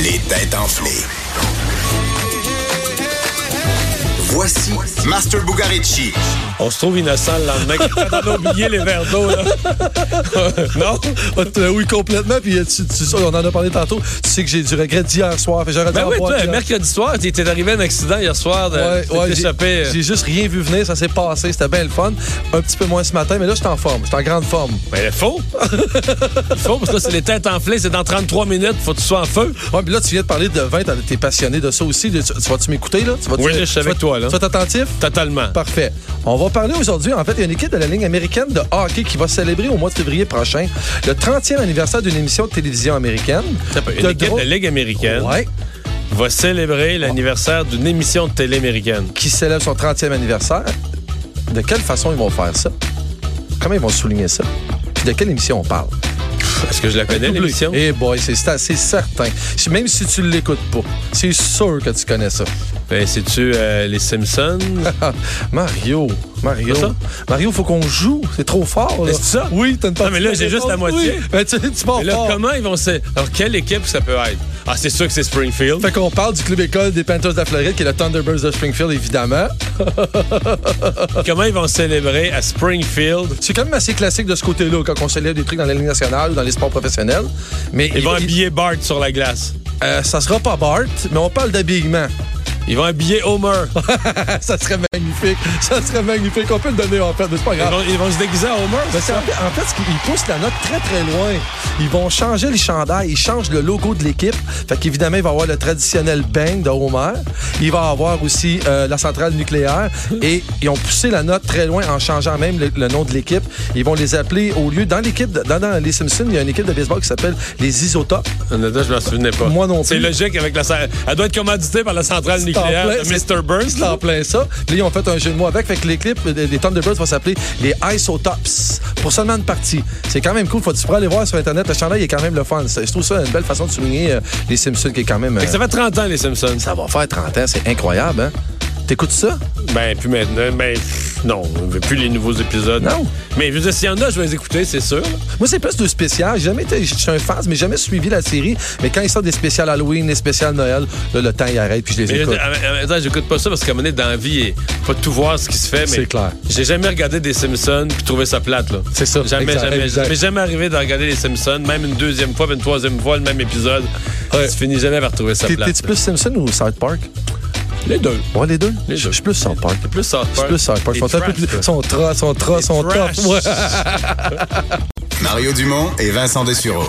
Les têtes enflées. Voici Master Bugarici. On se trouve innocent le lendemain. Quand on a oublié les verres d'eau, là. non? Euh, Oui, complètement. Puis euh, tu, tu- on en a parlé tantôt. Tu sais que j'ai du regret d'hier soir. Fait que j'aurais dû Ben en oui, boire toi, hier. mercredi soir, t'es t'es arrivé à un accident hier soir. De, euh. Ouais, t'es ouais, échappé. j'ai, j'ai juste rien vu venir, ça s'est passé, c'était bien le fun. Un petit peu moins ce matin, mais là, je suis en forme, je suis en grande forme. Ben, il faut. Il faut, parce que là, c'est les têtes enflées. C'est dans 33 minutes. Faut que tu sois en feu. Ouais, puis là, tu viens de parler de vin, t'as- t'es passionné de ça aussi. Tu, tu vas-tu m'écouter, là? Tu vas-tu- Oui, je suis tu avec vas- toi, là. Tu vas être attentif? Totalement. Parfait. On va parler aujourd'hui, en fait, il y a une équipe de la Ligue américaine de hockey qui va célébrer au mois de février prochain le 30e anniversaire d'une émission de télévision américaine. Une équipe de drôle- Ligue américaine Ouais, va célébrer l'anniversaire d'une émission de télé américaine. qui célèbre son 30e anniversaire. De quelle façon ils vont faire ça? Comment ils vont souligner ça? Puis de quelle émission on parle? Est-ce que je la connais, Ben, l'émission? Eh boy, c'est c'est- c'est certain. Si- Même si tu l'écoutes pas, c'est sûr que tu connais ça. Ben, c'est-tu euh, les Simpsons? Ah, Mario, Mario. Pas ça? Mario, faut qu'on joue. C'est trop fort, là. Mais c'est ça? Oui, t'as une mais là, j'ai juste la moitié. Oui, ben, tu, tu pars Mais là, fort. comment ils vont se... Alors, quelle équipe ça peut être? Ah, c'est sûr que c'est Springfield. Fait qu'on parle du club école des Panthers de la Floride, qui est le Thunderbirds de Springfield, évidemment. Comment ils vont célébrer à Springfield C'est quand même assez classique de ce côté-là, quand on célèbre des trucs dans la Ligue nationale ou dans les sports professionnels. Mais Ils vont il- habiller Bart sur la glace. euh, ça sera pas Bart, mais on parle d'habillement. Ils vont habiller Homer. ça serait magnifique. Ça serait magnifique. On peut le donner, en fait, mais c'est pas Ils grave. vont, ils vont se déguiser à Homer. Ben, c'est- en fait, en fait, ce qui- ils poussent la note très, très loin. Ils vont changer les chandails, ils changent le logo de l'équipe. Fait qu'évidemment, il va y avoir le traditionnel bang de Homer. Il va y avoir aussi euh, la centrale nucléaire. Et ils ont poussé la note très loin en changeant même le, le nom de l'équipe. Ils vont les appeler au lieu... Dans l'équipe, de- dans, dans les Simpsons, il y a une équipe de baseball qui s'appelle les Isotopes. Honnêtement, je m'en souvenais pas. Moi non plus. C'est logique avec la. cen- Elle doit être commanditée par la centrale nucléaire plein, de c'est- Mr. Burns. C'est en plein ça. Puis là, ils ont fait un jeu de mots avec. Fait que les clips, les les Thunderbirds vont s'appeler les Isotops pour seulement une partie. C'est quand même cool. Faut tu pourras aller voir sur Internet. Le chandail est quand même le fun. C'est- Je trouve ça une belle façon de souligner euh, les Simpsons qui est quand même. euh, Fait que ça fait 30 ans, les Simpsons. ça va faire 30 ans. C'est incroyable, hein? T'écoutes ça? Ben, plus maintenant. Ben, pff, non, on veut plus les nouveaux épisodes. Non. Mais je veux dire, s'il y en a, je vais les écouter, c'est sûr. Moi, c'est plus de spécial. J'ai jamais été, je suis un fan, mais j'ai jamais suivi la série. Mais quand ils sortent des spéciales Halloween, des spéciales Noël, là, le temps, il arrête puis je les Mais je veux écoute. dire, en- en même temps, j'écoute pas ça parce qu'à un moment donné, dans la vie, il faut tout voir ce qui se fait. mais C'est clair. J'ai jamais regardé des Simpsons puis trouvé ça plate, là. C'est ça. Jamais, Exact, jamais. exact. Jamais, jamais arrivé de regarder les Simpsons, même une deuxième fois, même une troisième fois, le même épisode. Ouais. Tu finis jamais par trouver ça T'es- plate. T'es-tu plus Simpson ou South Park? Les deux. Ouais, les deux. Les Je deux. je suis plus South Park. T'es plus South Park. C'est plus South Park. T'es Ils sont un trash, peu plus. toi. Sont tra, sont tra, sont trash. top. Ouais. Mario Dumont et Vincent Dessureau.